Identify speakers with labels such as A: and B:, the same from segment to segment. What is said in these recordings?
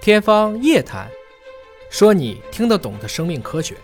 A: 天方夜谭，说你听得懂的生命科学。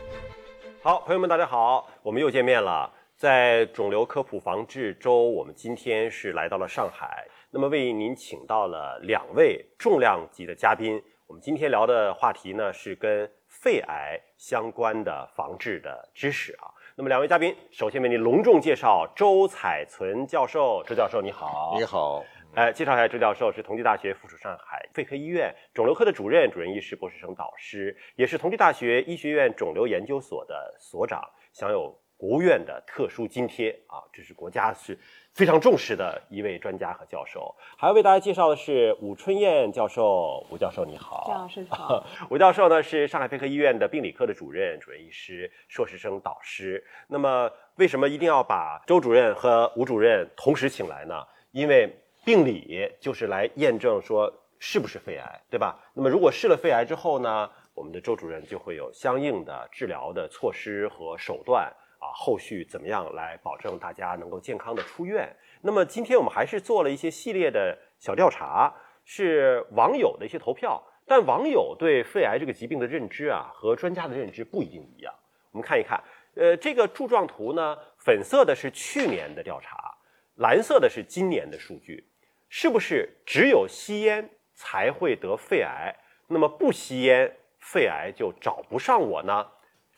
B: 好，朋友们，大家好，我们又见面了。在肿瘤科普防治周，我们今天是来到了上海，那么为您请到了两位重量级的嘉宾。我们今天聊的话题呢是跟肺癌相关的防治的知识啊。那么两位嘉宾，首先为您隆重介绍周彩存教授。周教授，你好。
C: 你好，
B: 哎，介绍一下，周教授是同济大学附属上海肺科医院肿瘤科的主任、主任医师、博士生导师，也是同济大学医学院肿瘤研究所的所长，享有国务院的特殊津贴啊，这是国家是非常重视的一位专家和教授。还要为大家介绍的是武春燕教授，吴教授你好，
D: 郑老师好，
B: 吴教授呢是上海肺科医院的病理科的主任、主任医师、硕士生导师。那么，为什么一定要把周主任和吴主任同时请来呢？因为病理就是来验证说是不是肺癌，对吧？那么如果是了肺癌之后呢，我们的周主任就会有相应的治疗的措施和手段啊，后续怎么样来保证大家能够健康的出院？那么今天我们还是做了一些系列的小调查，是网友的一些投票，但网友对肺癌这个疾病的认知啊，和专家的认知不一定一样。我们看一看，呃，这个柱状图呢，粉色的是去年的调查，蓝色的是今年的数据，是不是只有吸烟才会得肺癌？那么不吸烟，肺癌就找不上我呢？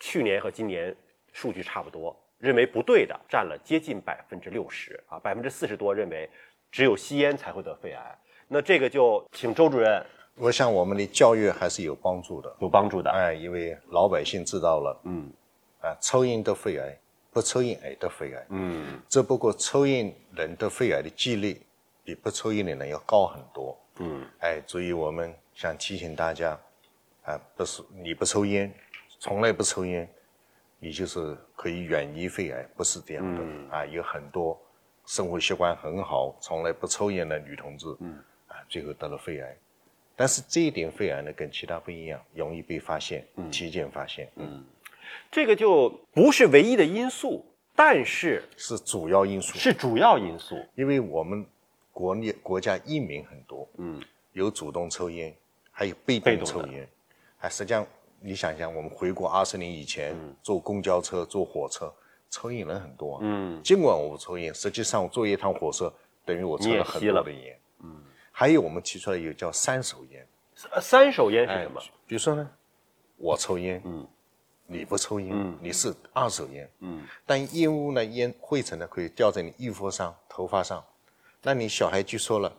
B: 去年和今年数据差不多，认为不对的占了接近百分之六十啊，百分之四十多认为只有吸烟才会得肺癌。那这个就请周主任
C: 我想我们的教育还是有帮助的，
B: 有帮助的。
C: 哎，因为老百姓知道了，嗯，啊，抽烟得肺癌，不抽烟也得肺癌，
B: 嗯
C: 只不过抽烟人得肺癌的几率比不抽烟的人要高很多，
B: 嗯，
C: 哎，所以我们想提醒大家，啊，不是你不抽烟，从来不抽烟，你就是可以远离肺癌，不是这样的、
B: 嗯
C: 啊，有很多生活习惯很好，从来不抽烟的女同志，嗯，啊，最后得了肺癌，但是这一点肺癌呢跟其他不一样，容易被发现，体检发现，嗯，
B: 这个就不是唯一的因素，但是
C: 是主要因素，
B: 是主要因素。
C: 因为我们国内国家移民很多，嗯，有主动抽烟，还有被
B: 被
C: 动
B: 动
C: 抽
B: 的
C: 烟，啊，实际上你想想，我们回国二十年以前，
B: 嗯
C: 坐公交车、坐火车，抽烟人很多啊，嗯，尽管我不抽烟，实际上我坐一趟火车，等于我抽
B: 你也
C: 很
B: 吸了
C: 多的烟，嗯，还有我们提出来有叫三手烟，
B: 呃三手烟是什嗯么？
C: 哎比如说呢，我抽烟，嗯，你不抽烟，
B: 嗯
C: 你是二手烟，嗯，但烟雾呢，烟灰尘呢，可以掉在你衣服上、头发上，那你小孩据说了，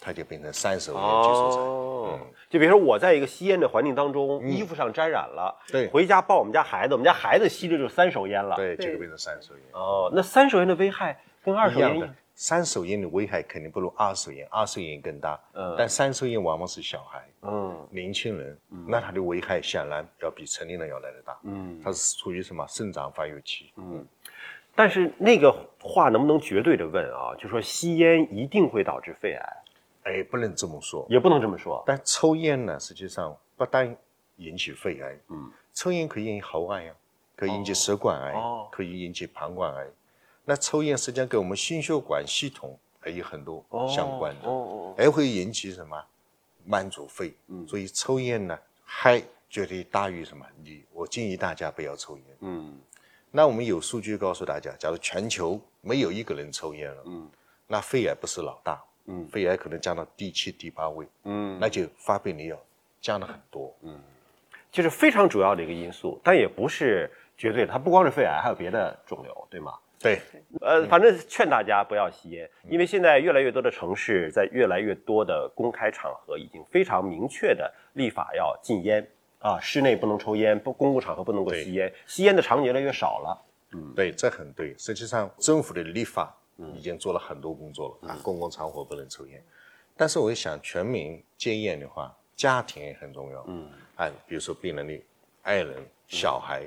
C: 他就变成三手烟，据说才。
B: 哦，就比如说我在一个吸烟的环境当中，衣服上沾染了，
C: 嗯对
B: 回家抱我们家孩子，我们家孩子吸的就是三手烟了。，
C: 对，
D: 对
C: 这个变成三手烟，
B: 哦，那三手烟的危害跟二手
C: 一
B: 烟
C: 样的。三手烟的危害肯定不如二手烟，二手烟更大，
B: 嗯
C: 但三手烟往往是小孩、
B: 嗯
C: 年轻人，那它的危害显然要比成年人要来得大。
B: 嗯，
C: 它是处于什么生长发育期？
B: 但是那个话能不能绝对的问啊？就说吸烟一定会导致肺癌，
C: 哎，不能这么说，
B: 也不能这么说。
C: 但抽烟呢，实际上不单引起肺癌，嗯，抽烟可以引起喉癌呀、啊可以引起食管癌，
B: 哦
C: 可以引起膀胱癌。那抽烟实际上跟我们心血管系统还有很多相关的，
B: 哦哦
C: 还会引起什么慢阻肺。嗯，所以抽烟呢，害绝对大于什么？你我建议大家不要抽烟。
B: 嗯，
C: 那我们有数据告诉大家，假如全球没有一个人抽烟了，嗯，那肺癌不是老大，嗯，肺癌可能降到第七、第八位，嗯，那就发病率要降了很多，嗯，
B: 就是非常主要的一个因素，但也不是绝对的。它不光是肺癌，还有别的肿瘤，对吗？
C: 对，嗯
B: 呃，反正劝大家不要吸烟，因为现在越来越多的城市在越来越多的公开场合已经非常明确的立法要禁烟啊，室内不能抽烟，不公共场合不能够
C: 对
B: 吸烟，吸烟的场景越来越少了。
C: 对，这很对。实际上，政府的立法已经做了很多工作了、啊，公共场合不能抽烟。但是，我想全民戒烟的话，家庭也很重要。嗯，啊，比如说病人的爱人、小孩，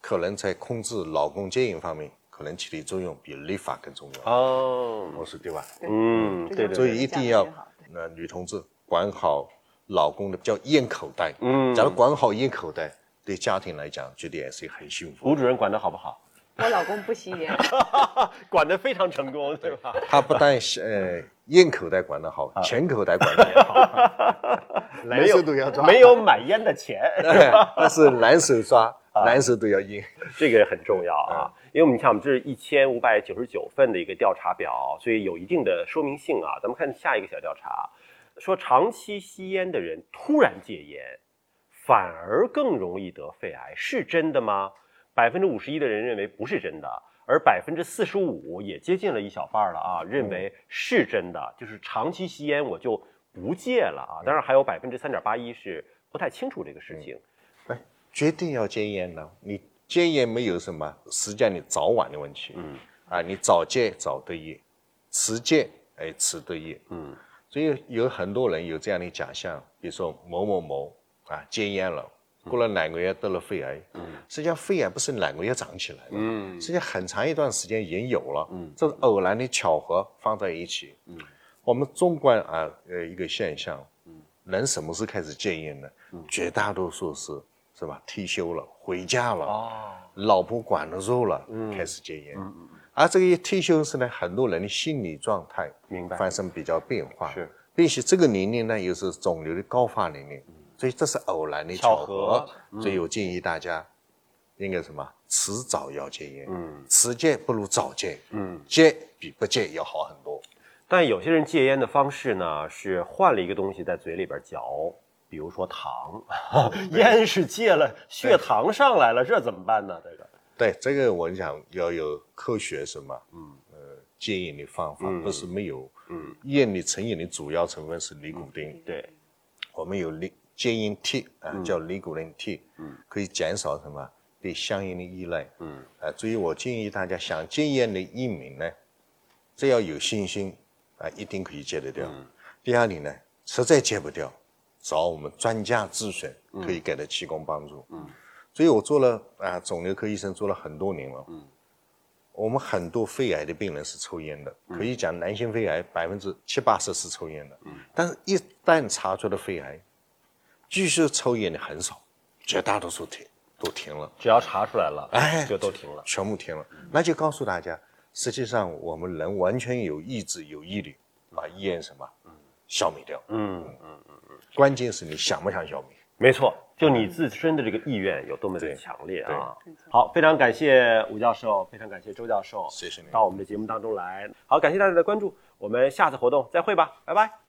C: 可能在控制老公戒烟方面，可能起的作用比立法更重要。
B: 哦，
C: 我说对吧？
B: 嗯，对对
C: 所
B: 对，
C: 以一定
D: 这
C: 要
D: 样也好
C: 那女同志管好老公的叫烟口袋。嗯，假如管好烟口袋，对家庭来讲，绝对也是很幸福。
B: 吴主任管得好不好？
D: 我老公不吸烟，
B: 管得非常成功，对吧？
C: 他不但是呃咽口袋管得好，钱口袋管得也 好，
B: 没
C: 蓝
B: 有
C: 手都要抓，
B: 没有买烟的钱，
C: 但是蓝手抓，蓝手都要硬。
B: 这个很重要啊，因为我们看我们这是一千五百九十九份的一个调查表，所以有一定的说明性啊。咱们看下一个小调查，说长期吸烟的人突然戒烟，反而更容易得肺癌，是真的吗？百分之五十一的人认为不是真的，而百分之四十五也接近了一小半儿了啊，认为是真的，就是长期吸烟我就不戒了啊。当然还有百分之三点八一是不太清楚这个事情。
C: 决定要戒烟呢，你戒烟没有什么，实际上你早晚的问题。嗯，啊，你早戒早得益，迟戒哎迟得益。
B: 嗯，
C: 所以有很多人有这样的假象，比如说某某某啊戒烟了，过了两个月得了肺癌。嗯，实际上肺癌不是两个月长起来的，
B: 嗯
C: 实际上很长一段时间已经有了。嗯，这是偶然的巧合放在一起。嗯，我们纵观啊呃一个现象，
B: 嗯
C: 人什么时候开始戒烟呢？绝大多数是是吧？退休了，回家了，
B: 哦嗯
C: 老婆管得住了，开始戒烟。而这个一退休时呢，很多人的心理状态
B: 明白
C: 发生比较变化，
B: 是，
C: 并且这个年龄呢又是肿瘤的高发年龄，所以这是偶然的
B: 巧
C: 巧
B: 合
C: 所以我建议大家应该什么，迟早要戒烟，
B: 嗯
C: 迟戒不如早戒，
B: 嗯。
C: 戒比不戒要好很多。
B: 但有些人戒烟的方式呢，是换了一个东西在嘴里边嚼，比如说糖，烟是戒了，血糖上来了，这怎么办呢？这个，
C: 对这个，我想要有科学什么，嗯，呃，戒烟的方法、不是没有，嗯，烟的成瘾的主要成分是尼古丁，
B: 对，
C: 我们有尼戒烟贴啊，叫尼古丁贴，嗯，可以减少什么对香烟的依赖，嗯，啊，所以我建议大家想戒烟的一名呢，只要有信心啊，一定可以戒得掉。第二点呢，实在戒不掉，找我们专家咨询，可以给他提供帮助，嗯，所以我做了啊，肿瘤科医生做了很多年了，嗯。我们很多肺癌的病人是抽烟的，可以讲男性肺癌百分之七八十是抽烟的，但是一旦查出了肺癌，继续抽烟的很少，绝大多数停都停了，
B: 只要查出来了，
C: 哎
B: 就都停了。
C: 全部停了。那就告诉大家，实际上我们人完全有意志有毅力把烟什么消灭掉，
B: 嗯，
C: 关键是你想不想消灭。
B: 没错，就你自身的这个意愿有多么的
C: 对
B: 强烈啊！好，非常感谢吴教授，非常感谢周教授，
C: 谢谢您
B: 到我们的节目当中来。好，感谢大家的关注，我们下次活动再会吧，拜拜。